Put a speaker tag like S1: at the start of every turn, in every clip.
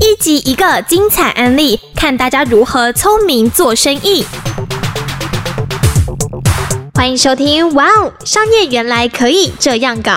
S1: 一集一个精彩案例，看大家如何聪明做生意。欢迎收听《哇哦，商业原来可以这样搞》。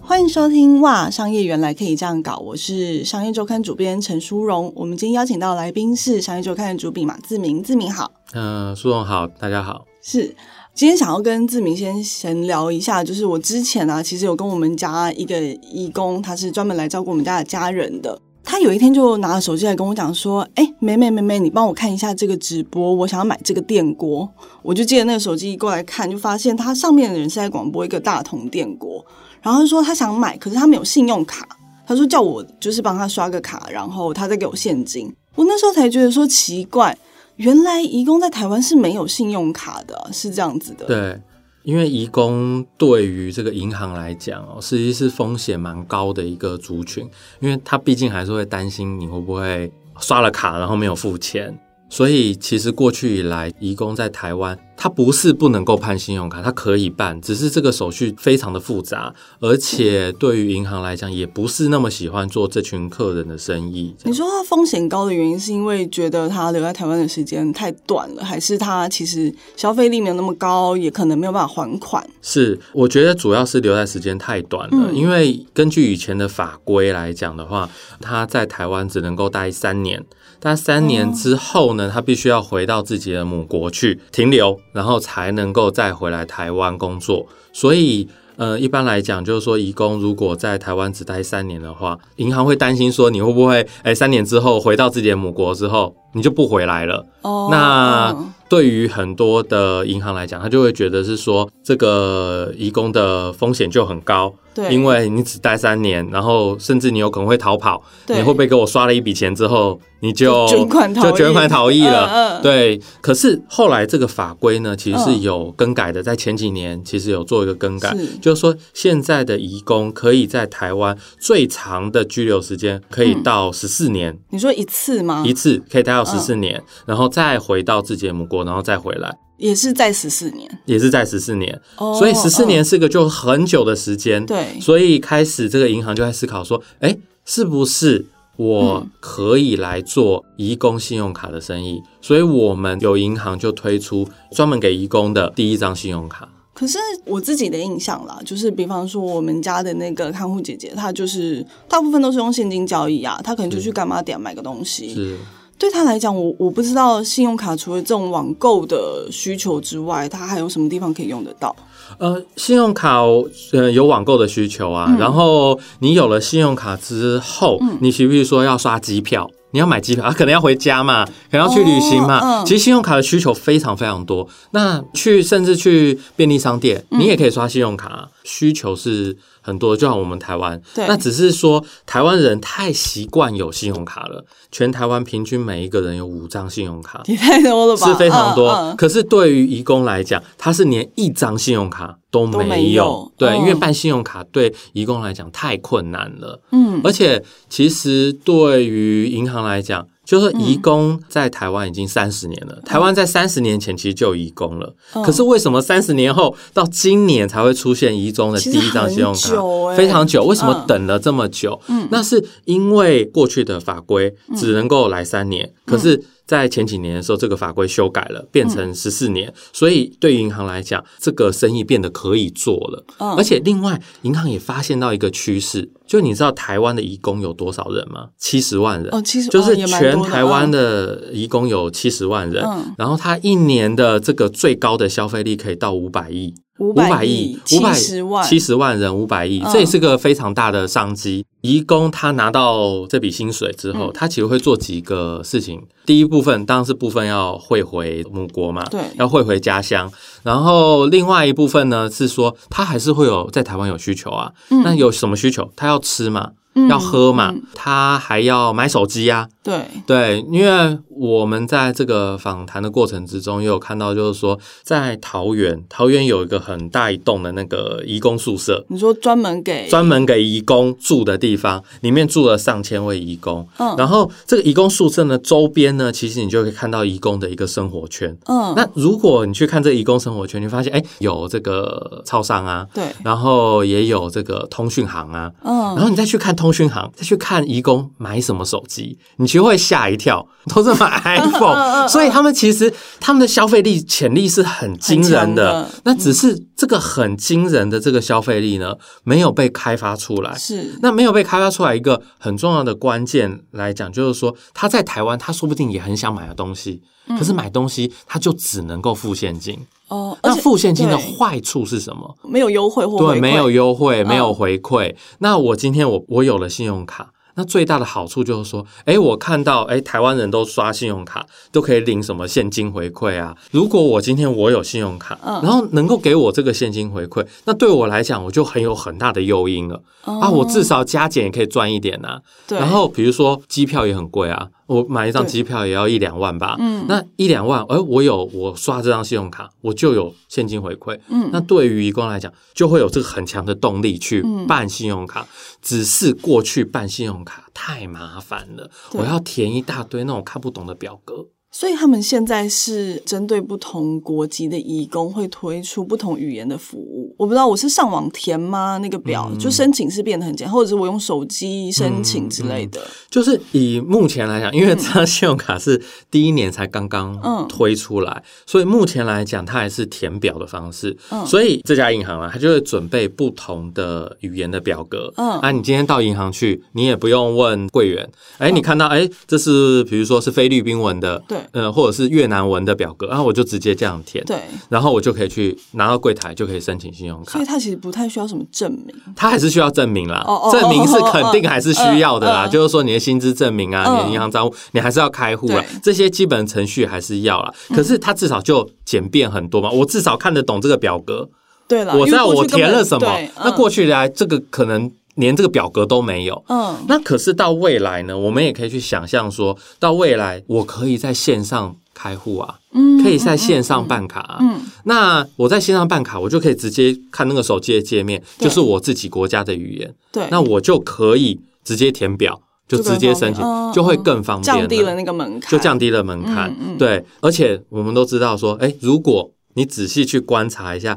S2: 欢迎收听哇，商业原来可以这样搞。我是商业周刊主编陈淑荣。我们今天邀请到的来宾是商业周刊的主笔马志明，志明好。
S3: 嗯、苏荣好，大家好。
S2: 是，今天想要跟志明先闲聊一下，就是我之前啊，其实有跟我们家一个义工，他是专门来照顾我们家的家人的。他有一天就拿了手机来跟我讲说：“哎、妹妹妹妹，你帮我看一下这个直播，我想要买这个电锅。”我就借那个手机过来看，就发现他上面的人是在广播一个大铜电锅，然后他说他想买，可是他没有信用卡，他说叫我就是帮他刷个卡，然后他再给我现金。我那时候才觉得说奇怪，原来移工在台湾是没有信用卡的，啊是这样子的。，
S3: 对，因为移工对于这个银行来讲哦，实际是风险蛮高的一个族群，因为他毕竟还是会担心你会不会刷了卡然后没有付钱。所以其实过去以来，移工在台湾，他不是不能够办信用卡，他可以办，只是这个手续非常的复杂，而且对于银行来讲，也不是那么喜欢做这群客人的生意。这
S2: 你
S3: 样
S2: 说他风险高的原因是因为觉得他留在台湾的时间太短了，还是他其实消费力没有那么高，也可能没有办法还款？
S3: 是，我觉得主要是留在时间太短了，
S2: 嗯
S3: 因为根据以前的法规来讲的话，他在台湾只能够待三年，但三年之后呢，他必须要回到自己的母国去停留，然后才能够再回来台湾工作，所以。呃，一般来讲，就是说，移工如果在台湾只待三年的话，银行会担心说你会不会，哎，三年之后回到自己的母国之后，你就不回来了。
S2: 哦，
S3: 那
S2: 嗯
S3: 对于很多的银行来讲，他就会觉得是说这个移工的风险就很高，
S2: 对，
S3: 因为你只待三年，然然后甚至你有可能会逃跑，你
S2: 对
S3: 会不会给我刷了一笔钱之后，你就
S2: 就卷款逃逸
S3: 就卷款逃逸了？
S2: 嗯嗯
S3: 对。可是后来这个法规呢，其实是有更改的，在前几年其实有做一个更改
S2: 是，
S3: 就是说现在的移工可以在台湾最长的居留时间可
S2: 嗯
S3: 以到十四年。
S2: 你说一次吗？
S3: 一次可以待到十
S2: 嗯
S3: 四年，然后再回到自己的母国，然后再回来，
S2: 也是在十四年，
S3: 也是在十四年。
S2: 哦
S3: 所以十四年、是个就很久的时间。
S2: 对
S3: 所以开始这个银行就在思考说，哎，是不是？我
S2: 嗯
S3: 可以来做移工信用卡的生意，所以我们有银行就推出专门给移工的第一张信用卡。
S2: 嗯可是我自己的印象啦，就是比方说我们家的那个看护姐姐，她就是大部分都是用现金交易啊，她可能就去干妈店买个东西。
S3: 是，
S2: 对她来讲，我我不知道信用卡除了这种网购的需求之外，它还有什么地方可以用得到？
S3: 呃，信用卡呃有网购的需求啊，
S2: 嗯
S3: 然后你有了信用卡之后，你比如说要刷机票，你要买机票啊，可能要回家嘛，可能要去旅行嘛。
S2: 哦嗯
S3: 其实信用卡的需求非常非常多，那去甚至去便利商店，
S2: 嗯
S3: 你也可以刷信用卡啊，需求是很多，就像我们台湾，
S2: 对
S3: 那只是说台湾人太习惯有信用卡了，全台湾平均每一个人有五张信用卡，
S2: 也太多了吧？
S3: 是非常多。
S2: 嗯嗯
S3: 可是对于移工来讲，他是连一张信用卡都没有。
S2: 都没有
S3: 对，
S2: 嗯
S3: 因为办信用卡对移工来讲太困难了。
S2: 嗯
S3: 而且其实对于银行来讲，就是移工在台湾已经三十年了。台湾在三十年前其实就有移工了，
S2: 嗯
S3: 可是为什么三十年后到今年才会出现移中的第一张信用
S2: 其实很
S3: 卡
S2: 久？欸
S3: 非常久，为什么
S2: 嗯
S3: 等了这么久？那是因为过去的法规
S2: 嗯
S3: 只能够来三年，可是。在前几年的时候，这个法规修改了，
S2: 嗯
S3: 变成十四年，所以对银行来讲，这个生意变得可以做了。
S2: 嗯
S3: 而且另外，银行也发现到一个趋势，就你知道台湾的移工有多少人吗？七十万人，
S2: 哦，其实
S3: 就是
S2: 哦也蛮多
S3: 全台湾
S2: 的
S3: 的移工有七十万人，
S2: 嗯
S3: 然后他一年的这个最高的消费力可以到五百亿。
S2: 五
S3: 500
S2: 百亿、
S3: 五百
S2: 七十万、
S3: 七十万人，五百亿
S2: 嗯，
S3: 这也是个非常大的商机。移工他拿到这笔薪水之
S2: 嗯
S3: 后，他其实会做几个事情。第一部分当然是部分要汇回母国嘛，
S2: 对
S3: 要汇回家乡。然后另外一部分呢是说，他还是会有在台湾有需求啊。那有什么需求？他要吃嘛，
S2: 嗯
S3: 要喝嘛
S2: 嗯，
S3: 他还要买手机啊。
S2: 对，
S3: 对，因为我们在这个访谈的过程之中，也有看到，就是说在桃园，桃园有一个很大一栋的那个移工宿舍，
S2: 你说专门给
S3: 专门给移工住的地方，里面住了上千位移工。
S2: 嗯
S3: 然后这个移工宿舍呢，周边呢，其实你就可以看到移工的一个生活圈。
S2: 嗯，
S3: 那如果你去看这个移工生活圈，你发现哎，有这个超商啊，
S2: 对，
S3: 然后也有这个通讯行啊，然
S2: 嗯，
S3: 后你再去看通讯行，再去看移工买什么手机，你其实会吓一跳，都是 买
S2: 嗯
S3: iPhone，所以他们其实他们的消费力潜力是很惊人的。
S2: 很强的
S3: 那只是这个很惊人的这个消费力呢，没有被开发出来。
S2: 是，
S3: 那没有被开发出来一个很重要的关键来讲，就是说他在台湾，他说不定也很想买的东西，
S2: 嗯
S3: 可是买东西他就只能够付现金。
S2: 哦，而
S3: 那
S2: 且
S3: 付现金的
S2: 对
S3: 坏处是什么？
S2: 没有优惠或回
S3: 对，
S2: 馈
S3: 没有优惠，没有
S2: 嗯
S3: 回馈。那我今天我我有了信用卡，那最大的好处就是说，诶，我看到诶，台湾人都刷信用卡，都可以领什么现金回馈啊。如果我今天我有信用卡，
S2: 嗯
S3: 然后能够给我这个现金回馈，那对我来讲我就很有很大的诱因了、
S2: 哦
S3: 啊，我至少加减也可以赚一点啊。
S2: 对，
S3: 然后比如说机票也很贵啊，我买一张
S2: 对
S3: 机票也要一两万吧。
S2: 嗯
S3: 那一两万，哎，我有我刷这张信用卡，我就有现金回馈。
S2: 嗯
S3: 那对于移工来讲，就会有这个很强的动力去
S2: 嗯
S3: 办信用卡。只是过去办信用卡太麻烦了，
S2: 对
S3: 我要填一大堆那种看不懂的表格。
S2: 所以他们现在是针对不同国籍的移工，会推出不同语言的服务。我不知道我是上网填吗？那个表、就申请是变得很简单，或者是我用手机申请之类的。
S3: 就是以目前来讲，因为这张信用卡是第一年才刚刚
S2: 嗯
S3: 推出来，所以目前来讲，它还是填表的方式。
S2: 嗯
S3: 所以这家银行啊，它就会准备不同的语言的表格。
S2: 嗯
S3: 啊，你今天到银行去，你也不用问柜员，哎、你看到哎、这是比如说是菲律宾文的，
S2: 对
S3: 呃，或者是越南文的表格，然、啊后我就直接这样填，
S2: 对，
S3: 然后我就可以去拿到柜台就可以申请信用卡
S2: 所以。他其实不太需要什么证明。
S3: 他还是需要证明啦
S2: 哦，哦
S3: 证明是肯定还是需要的
S2: 哦
S3: 啦，
S2: 哦哦
S3: 就是说你的薪资证明啊，
S2: 嗯
S3: 你的银行账户，你还是要开户啦
S2: 对，嗯
S3: 这些基本程序还是要啦。可是他至少就简便很多嘛，我至少看得懂这个表格，
S2: 对了，
S3: 我知道
S2: 啊因为
S3: 我
S2: 过去根
S3: 填
S2: 本
S3: 了什么
S2: 对。嗯
S3: 那过去来这个可能连这个表格都没有。
S2: 嗯
S3: 那可是到未来呢，我们也可以去想象说，到未来我可以在线上开户啊，
S2: 嗯
S3: 可以在线上办卡啊。
S2: 嗯
S3: 那我在线上办卡，我就可以直接看那个手机的界面，
S2: 对
S3: 就是我自己国家的语言，
S2: 对，
S3: 那我就可以直接填表，就直接申请
S2: 就更方便，嗯
S3: 就会更方便
S2: 降低了那个门槛，
S3: 就降低了门槛。
S2: 嗯嗯
S3: 对，而且我们都知道说，哎，如果你仔细去观察一下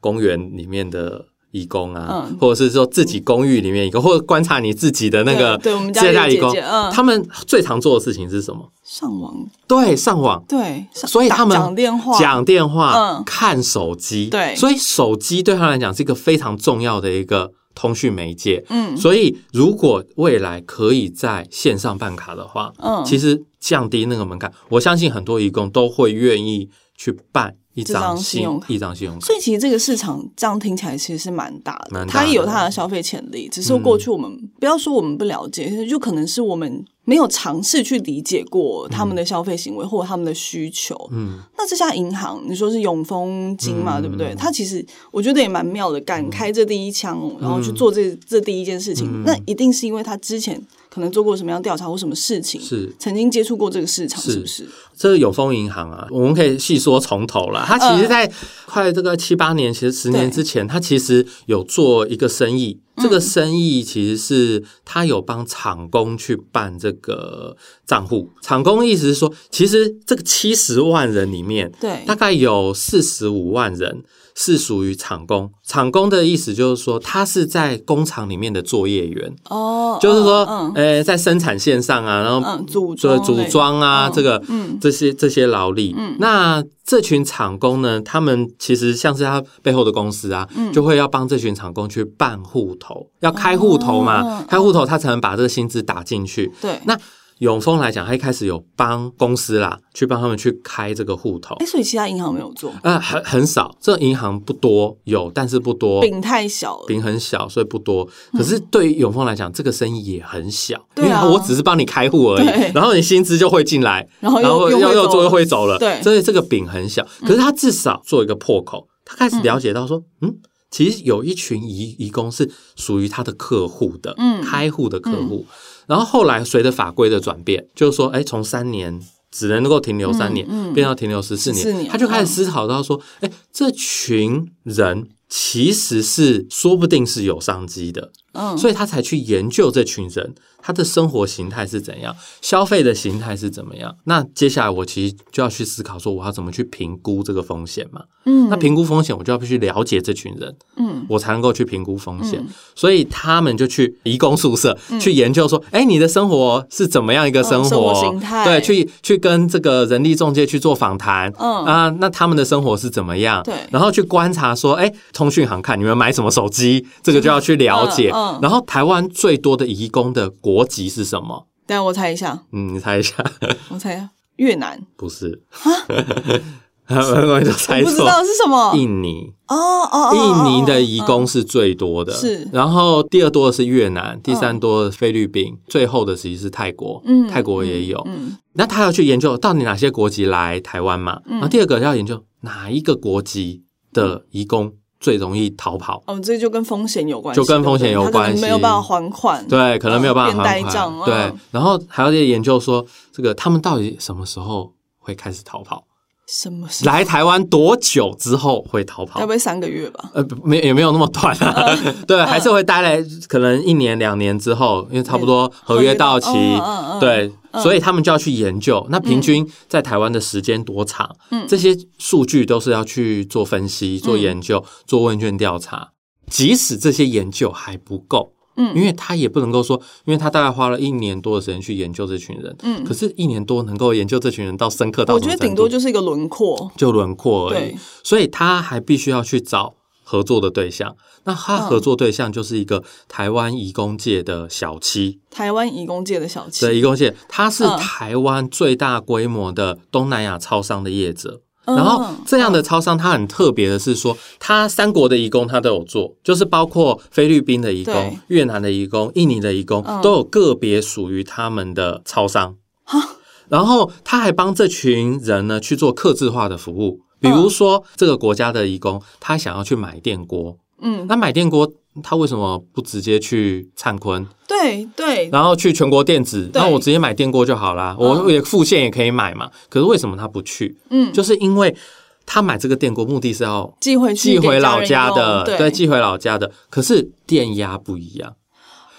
S3: 公园里面的。义工啊，
S2: 嗯
S3: 或者是说自己公寓里面一个，或者观察你自己的那个
S2: 对对我们家
S3: 自家
S2: 有
S3: 义
S2: 姐
S3: 工
S2: 姐，嗯
S3: 他们最常做的事情是什么？
S2: 上网。
S3: 对，上网，
S2: 对，上
S3: 所以
S2: 打
S3: 他们
S2: 讲电话
S3: 讲电话，
S2: 嗯
S3: 看手机，
S2: 对
S3: 所以手机对他来讲是一个非常重要的一个通讯媒介。
S2: 嗯
S3: 所以如果未来可以在线上办卡的话，
S2: 嗯
S3: 其实降低那个门槛，我相信很多义工都会愿意去办一
S2: 这
S3: 张
S2: 张
S3: 信
S2: 信用卡
S3: 一张信用卡。
S2: 所以其实这个市场这样听起来其实是蛮大的，
S3: 蛮大
S2: 它
S3: 的
S2: 也有它的消费潜力，只是过去我们、不要说我们不了解，其实就可能是我们没有尝试去理解过他们的消费行为或他们的需求。
S3: 嗯，
S2: 那这家银行，你说是永丰金嘛，
S3: 嗯
S2: 对不对？它其实我觉得也蛮妙的，敢开这第一枪哦，然
S3: 嗯
S2: 后去做这这第一件事情，那一定是因为他之前可能做过什么样的调查或什么事情，
S3: 是
S2: 曾经接触过这个市场，
S3: 是
S2: 是不是？
S3: 这个永丰银行啊，我们可以细说从头
S2: 嗯
S3: 啦。它其实，在快这个七八年，其实十年
S2: 对
S3: 之前，它其实有做一个生意。
S2: 嗯
S3: 这个生意其实是它有帮厂工去办这个账户。厂工意思是说，其实这个七十万人里面，
S2: 对
S3: 大概有四十五万人是属于厂工。厂工的意思就是说，他是在工厂里面的作业员，
S2: 哦，
S3: 就是说
S2: 嗯，嗯
S3: 呃，在生产线上啊，然后
S2: 嗯，组
S3: 做
S2: 装
S3: 组
S2: 类
S3: 装啊，
S2: 嗯
S3: 这个
S2: 嗯
S3: 这些这些劳力。那这群厂工呢，他们其实像是他背后的公司啊，
S2: 嗯
S3: 就会要帮这群厂工去办户头，要开户头嘛
S2: 哦，
S3: 开户头他才能把这个薪资打进去。
S2: 对，
S3: 那永丰来讲，他一开始有帮公司啦，去帮他们去开这个户头
S2: 哎、，所以其他银行没有做，
S3: 呃，很很少，这银行不多，有但是不多。
S2: 饼太小了。
S3: 饼很小，所以不多。可是对于永丰来讲，这个生意也很小，因
S2: 嗯对
S3: 为
S2: 啊
S3: 我只是帮你开户而
S2: 对
S3: 已，然后你薪资就会进来，
S2: 然后又
S3: 然后又
S2: 又会
S3: 又
S2: 走
S3: 做又
S2: 了
S3: 会走了，
S2: 对
S3: 所以这个饼很小。可是他至少做一个破口，他开始了解到说，嗯，其实有一群移移工是属于他的客户的，
S2: 嗯
S3: 开户的客户。然后后来随着法规的转变，就是说，哎，从三年只能够停留三年，
S2: 嗯嗯
S3: 变到停留十四
S2: 14
S3: 年，
S2: 年嗯
S3: 他就开始思考到说，哎、这群人其实是说不定是有商机的，
S2: 嗯，
S3: 所以他才去研究这群人他的生活形态是怎样，消费的形态是怎么样。那接下来我其实就要去思考说，我要怎么去评估这个风险嘛？
S2: 嗯
S3: 那评估风险，我就要必须了解这群人，
S2: 嗯，
S3: 我才能够去评估风险。
S2: 嗯
S3: 所以他们就去移工宿舍、去研究说，哎、你的生活是怎么样一个生
S2: 嗯
S3: 活？
S2: 生活形态
S3: 对，去去跟这个人力中介去做访谈，
S2: 嗯
S3: 啊，那他们的生活是怎么样？
S2: 对
S3: 然后去观察说，哎、通讯行看你们买什么手机，这个就要去了解。
S2: 嗯嗯
S3: 然后台湾最多的移工的国籍是什么？
S2: 等一下我猜一下，
S3: 嗯，你猜一下，
S2: 我猜一下越南，
S3: 不是。 我就猜
S2: 啊我不知
S3: 错，
S2: 道是什么
S3: 印尼。
S2: 哦哦，哦
S3: 印尼的移，
S2: 哦哦
S3: 工是最多的，
S2: 是
S3: 然后第二多的是越南，第三多的菲律宾，最后的其实是泰国，
S2: 嗯
S3: 泰国也有。
S2: 嗯
S3: 那他要去研究到底哪些国籍来台湾嘛？然后第二个要研究哪一个国籍的移工最容易逃跑，
S2: 哦，这就跟风险有关系，
S3: 就跟风险有
S2: 对不对
S3: 关系
S2: 他可能没有办法还款，，
S3: 对，可能没有办法
S2: 嗯
S3: 还
S2: 变呆账
S3: 款，对
S2: 嗯，
S3: 然后还要去研究说这个他们到底什么时候会开始逃跑，
S2: 什么事？
S3: 来台湾多久之后会逃跑
S2: 该不？会三个月吧？
S3: 呃，不没也没有那么短啊，
S2: 嗯
S3: 对，还是会待来可能一年两年之后，因为差不多合约到期
S2: 合约到嗯嗯，嗯
S3: 对，所以他们就要去研究，那平均在台湾的时间多长？这些数据都是要去做分析、
S2: 嗯
S3: 做研究、做问卷调查。即使这些研究还不够，
S2: 嗯
S3: 因为他也不能够说，因为他大概花了一年多的时间去研究这群人，
S2: 嗯
S3: 可是一年多能够研究这群人到深刻到
S2: 我
S3: 什
S2: 觉
S3: 么
S2: 得
S3: 程
S2: 顶多
S3: 度
S2: 就是一个轮廓，
S3: 就轮廓而已
S2: 对。
S3: 所以他还必须要去找合作的对
S2: 嗯
S3: 象。那他合作对象就是一个台湾移工界的小七，
S2: 台湾移工界的小
S3: 对，
S2: 七，
S3: 移工界，它是
S2: 嗯
S3: 台湾最大规模的东南亚超商的业者。
S2: 嗯
S3: 然后这样的超商，它很特别的是说，它三国的移工它都有做，就是包括菲律宾的移工
S2: 对、
S3: 越南的移工、印尼的移工，
S2: 嗯
S3: 都有个别属于他们的超商。然后他还帮这群人呢去做客制化的服务，比如说这个国家的移工，他想要去买电锅，
S2: 嗯，
S3: 那买电锅他为什么不直接去灿坤？
S2: 对对，
S3: 然后去全国电子，
S2: 对
S3: 那我直接买电锅就好啦，
S2: 嗯
S3: 我也付现也可以买嘛。可是为什么他不去？
S2: 嗯，
S3: 就是因为他买这个电锅目的是要
S2: 寄回去
S3: 寄回老
S2: 给
S3: 家
S2: 人
S3: 的，
S2: 用
S3: 对，寄回老家的。可是电压不一样，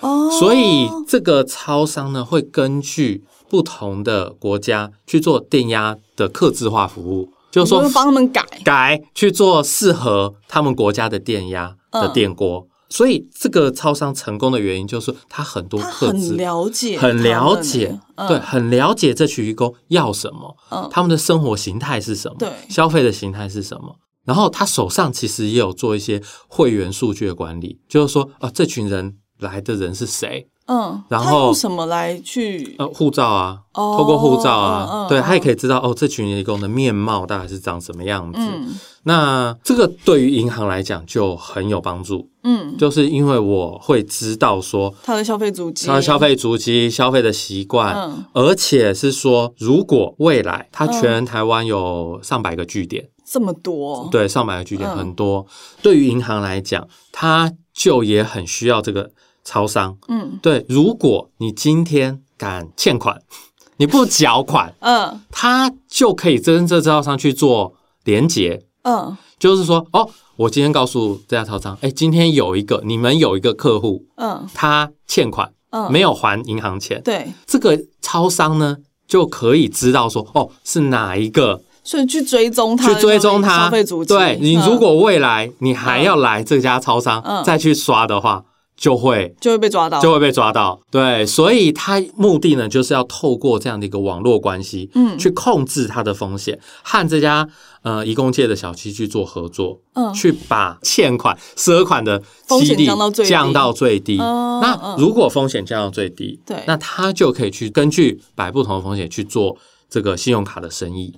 S2: 哦，
S3: 所以这个超商呢会根据不同的国家去做电压的客制化服务，就是
S2: 你
S3: 说
S2: 们帮他们改，
S3: 改去做适合他们国家的电压的
S2: 嗯
S3: 电锅。所以这个超商成功的原因就是它很多
S2: 他
S3: 客制
S2: 很了解他们
S3: 很
S2: 欸，
S3: 了解，
S2: 嗯
S3: 对，，很了解这群愚工要什么，
S2: 嗯
S3: 他们的生活形态是什么，
S2: 对
S3: 消费的形态是什么。然后他手上其实也有做一些会员数据的管理，就是说啊，这群人来的人是谁，
S2: 嗯，
S3: 然
S2: 他
S3: 后
S2: 用什么来去
S3: 呃，护照啊，
S2: 哦
S3: 透过护照啊，
S2: 嗯嗯
S3: 对
S2: 嗯
S3: 他也可以知道哦，这群愚工的面貌大概是长什么样子。
S2: 嗯
S3: 那这个对于银行来讲就很有帮助，
S2: 嗯，
S3: 就是因为我会知道说
S2: 他的消费足迹，
S3: 他的消费足迹、消费的习惯，
S2: 嗯
S3: 而且是说，如果未来它全台湾有上百个据点，
S2: 这么多，
S3: 对，上百个据点
S2: 哦嗯
S3: 很多，对于银行来讲，它就也很需要这个超商。
S2: 嗯
S3: 对，如果你今天敢欠款，你不缴款，
S2: 嗯
S3: 它就可以跟这超商去做连结，
S2: 嗯
S3: 就是说，哦，我今天告诉这家超商，哎，今天有一个你们有一个客户，
S2: 嗯
S3: 他欠款
S2: 嗯，
S3: 没有还银行钱。
S2: 对，
S3: 这个超商呢就可以知道说，哦，是哪一个
S2: 所以去追踪他
S3: 去
S2: 的
S3: 追踪它。
S2: 消费足迹，
S3: 对你，
S2: 嗯
S3: 如果未来你还要来这家超商、
S2: 嗯哦
S3: 再去刷的话，就会。
S2: 就会被抓到，
S3: 就会被抓到，对，所以它目的呢，就是要透过这样的一个网络关系，
S2: 嗯
S3: 去控制它的风险，和这家呃移工界的小七去做合作，
S2: 嗯
S3: 去把欠款、赊款的
S2: 风
S3: 几
S2: 险
S3: 率
S2: 降到最低
S3: 降到最低。
S2: 哦
S3: 那
S2: 嗯
S3: 如果风险降到最低，
S2: 对
S3: 那他就可以去根据摆不同的风险去做这个信用卡的生意。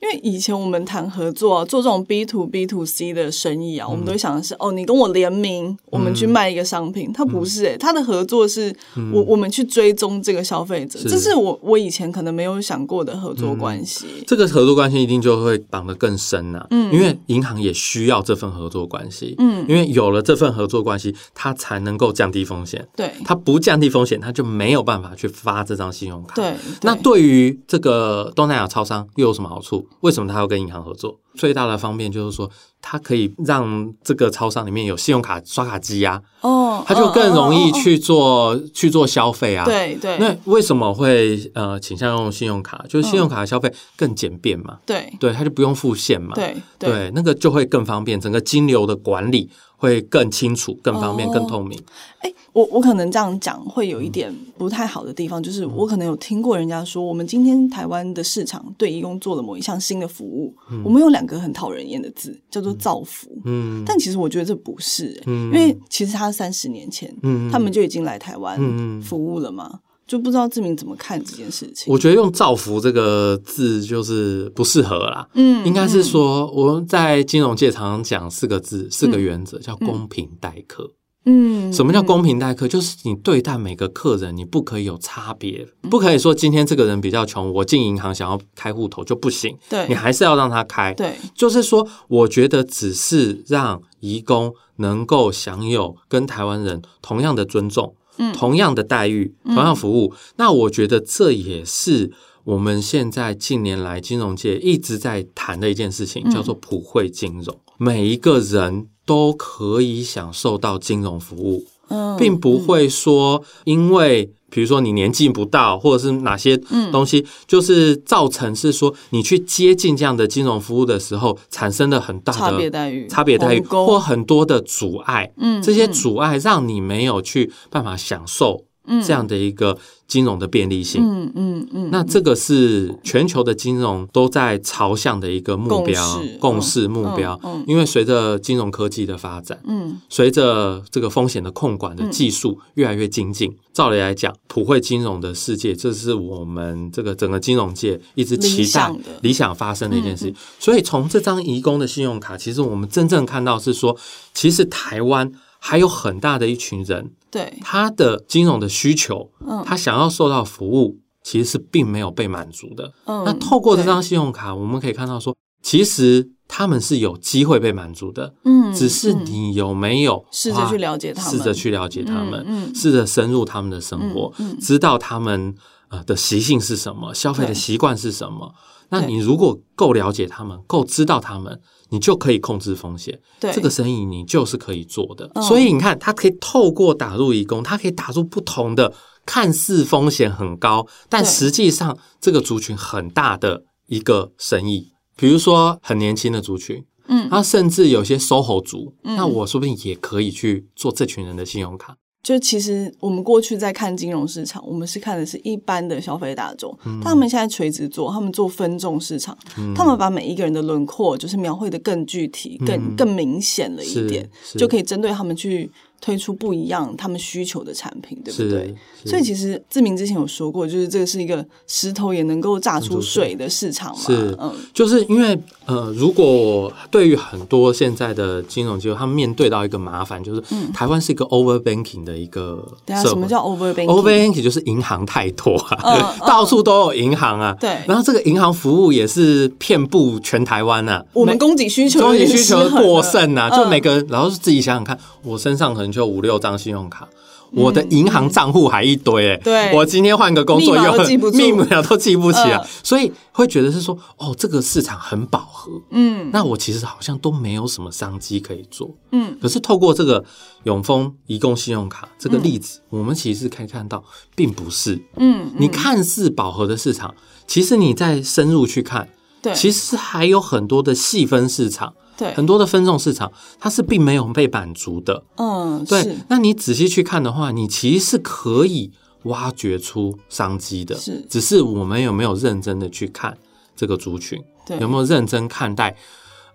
S2: 因为以前我们谈合作、啊做这种 B to B to C 的生意啊，
S3: 嗯
S2: 我们都会想的是哦，你跟我联名，我们去卖一个商品。它不
S3: 嗯
S2: 是、欸，它的合作是我我们去追踪这个消费者，
S3: 是嗯
S2: 这是我我以前可能没有想过的合作关系。
S3: 这个合作关系一定就会绑得更深呐、嗯，因为银行也需要这份合作关系，嗯，因为有了这份合作关系，它才能够降低风险，
S2: 对
S3: 它不降低风险，它就没有办法去发这张信用卡。
S2: 对，
S3: 那对于这个东南亚超商又有什么好处？为什么它要跟银行合作？最大的方便就是说，它可以让这个超商里面有信用卡刷卡机啊，
S2: 哦，
S3: 它就更容易
S2: 哦。哦哦
S3: 去做、去做消费啊。
S2: 哦。对对
S3: 那为什么会呃倾向用信用卡？
S2: 嗯
S3: 就是信用卡的消费更简便嘛，
S2: 对
S3: 对，它就不用付现嘛，
S2: 对
S3: 对，那个就会更方便，整个金流的管理会更清楚、更方便、
S2: 哦
S3: 更透明。
S2: 哎，我我可能这样讲会有一点不太好的地方，
S3: 嗯
S2: 就是我可能有听过人家说，我们今天台湾的市场对义工做了某一项新的服务，我们有两个很讨人厌的字，叫做造福。
S3: 嗯，
S2: 但其实我觉得这不是、欸
S3: 嗯
S2: 因为其实他三十年前、
S3: 嗯
S2: 他们就已经来台湾
S3: 嗯嗯
S2: 服务了嘛，就不知道志明怎么看这件事情。
S3: 我觉得用“造福”这个字就是不适合啦。
S2: 嗯
S3: 应该是说我们在金融界常常讲四个字、四个原则，叫公平待客。
S2: 嗯，
S3: 什么叫公平待客？就是你对待每个客人，你不可以有差别，
S2: 嗯
S3: 不可以说今天这个人比较穷，我进银行想要开户头就不行，
S2: 嗯对
S3: 你还是要让他开。
S2: 对
S3: 就是说，我觉得只是让移工能够享有跟台湾人同样的尊重、
S2: 嗯
S3: 同样的待遇、同样服务。那我觉得这也是我们现在近年来金融界一直在谈的一件事情，叫做普惠金融，每一个人都可以享受到金融服务。
S2: 嗯
S3: 并不会说因为。比如说你年纪不到，或者是哪些
S2: 嗯
S3: 东西，就是造成是说你去接近这样的金融服务的时候，产生了很大的
S2: 差别待遇
S3: 差别待遇
S2: 鸿沟
S3: 或很多的阻碍。
S2: 嗯
S3: 这些阻碍让你没有去办法享受这样的一个金融的便利性。
S2: 嗯嗯嗯，
S3: 那这个是全球的金融都在朝向的一个目标
S2: 共识
S3: 共识目
S2: 嗯
S3: 标
S2: 嗯，
S3: 因为随着金融科技的发展，
S2: 嗯
S3: 随着这个风险的控管的技术越来越精进，照理来讲，普惠金融的世界，这是我们这个整个金融界一直期
S2: 理
S3: 待
S2: 想的、嗯
S3: 理想发生的一件事情。所以从这张移工的信用卡，其实我们真正看到是说，其实台湾还有很大的一群人，
S2: 对
S3: 他的金融的需求，
S2: 嗯
S3: 他想要受到服务，其实是并没有被满足的。
S2: 嗯，
S3: 那透过这张信用卡，我们可以看到说，其实他们是有机会被满足的。
S2: 对嗯，
S3: 只是
S2: 嗯
S3: 你有没有
S2: 试
S3: 花
S2: 着去了解他们，
S3: 试着去了解他们，
S2: 嗯嗯嗯
S3: 试着深入他们的生活，知道他们呃的习性是什么，消费的
S2: 对
S3: 习惯是什么。那
S2: 对
S3: 你如果够了解他们，够知道他们，你就可以控制风险。
S2: 对
S3: 这个生意你就是可以做的。
S2: 嗯
S3: 所以你看，它可以透过打入移工，它可以打入不同的看似风险很高，但
S2: 对
S3: 实际上这个族群很大的一个生意。比如说很年轻的族群，
S2: 嗯，
S3: 那甚至有些 SOHO 族，那我说不定也可以去做这群人的信用卡。
S2: 就其实我们过去在看金融市场，我们是看的是一般的消费大众，
S3: 嗯
S2: 他们现在垂直做，他们做分众市场，他们把每一个人的轮廓就是描绘的更具体、更更明显了一点，
S3: 嗯是是
S2: 就可以针对他们去推出不一样他们需求的产品，对不
S3: 是
S2: 对？
S3: 是
S2: 所以其实志明之前有说过，就是这个是一个石头也能够榨出水的市场嘛，
S3: 是
S2: 嗯，
S3: 就是因为呃，如果对于很多现在的金融机构，他们面对到一个麻烦，就是、台湾是一个 over banking 的一个
S2: 等一下嗯
S3: 社
S2: 啊什么
S3: 会。
S2: 叫 overbanking？
S3: over banking 就是银行太多啊，
S2: 嗯
S3: 到处都有银行啊。
S2: 对
S3: 然后这个银行服务也是遍布全台湾啊。
S2: 我们供给需求有
S3: 终于
S2: 点
S3: 需
S2: 失
S3: 求
S2: 衡了
S3: 过剩呐、啊，就
S2: 嗯
S3: 每个人，然后自己想想看，我身上可能就五六张信用卡。我的银行账户还一堆、欸，
S2: 嗯对
S3: 我今天换个工作
S2: 密码都
S3: 又
S2: 记不住
S3: 密码都记不起来，
S2: 嗯
S3: 所以会觉得是说，哦，这个市场很饱和，
S2: 嗯
S3: 那我其实好像都没有什么商机可以做。
S2: 嗯，
S3: 可是透过这个永丰移工信用卡这个例子，我们其实可以看到，并不是
S2: 嗯，
S3: 你看似饱和的市场，其实你再深入去看，
S2: 对，
S3: 其实还有很多的细分市场。
S2: 对，
S3: 很多的分众市场，它是并没有被满足的。
S2: 嗯，
S3: 对
S2: 是，
S3: 那你仔细去看的话，你其实是可以挖掘出商机的，
S2: 是
S3: 只是我们有没有认真的去看这个族群，
S2: 对
S3: 有没有认真看待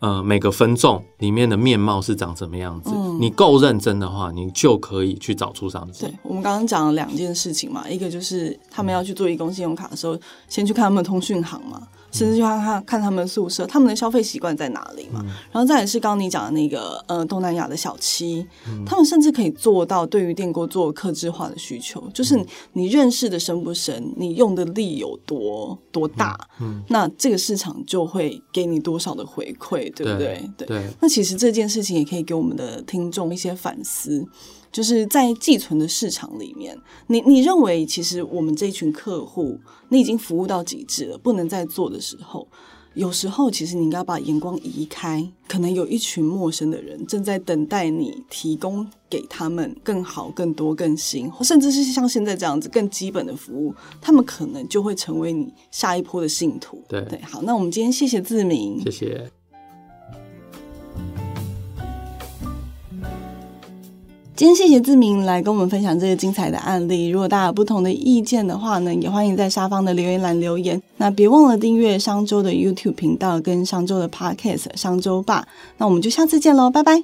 S3: 呃每个分众里面的面貌是长什么样子。
S2: 嗯
S3: 你够认真的话，你就可以去找出商机。
S2: 对，我们刚刚讲了两件事情嘛，一个就是他们要去做义工信用卡的时候，先去看他们的通讯行嘛，甚至去看看看他们的宿舍，他们的消费习惯在哪里嘛。然后再也是刚刚你讲的那个呃东南亚的小七，他们甚至可以做到对于电锅做克制化的需求，就是你你认识的深不深，你用的力有多多大，那这个市场就会给你多少的回馈，对不对？对。
S3: 对，
S2: 那其实这件事情也可以给我们的听众一些反思，就是在寄存的市场里面，你你认为其实我们这群客户，你已经服务到极致了，不能再做的时候，有时候其实你应该把眼光移开，可能有一群陌生的人正在等待你提供给他们更好、更多、更新，或甚至是像现在这样子更基本的服务，他们可能就会成为你下一波的信徒。
S3: 对
S2: 对，好，那我们今天谢谢志明，
S3: 谢谢。
S2: 今天谢谢志明来跟我们分享这个精彩的案例。如果大家有不同的意见的话呢，也欢迎在下方的留言栏留言。那别忘了订阅商周的 YouTube 频道跟商周的 Podcast 商周吧。那我们就下次见喽，拜拜。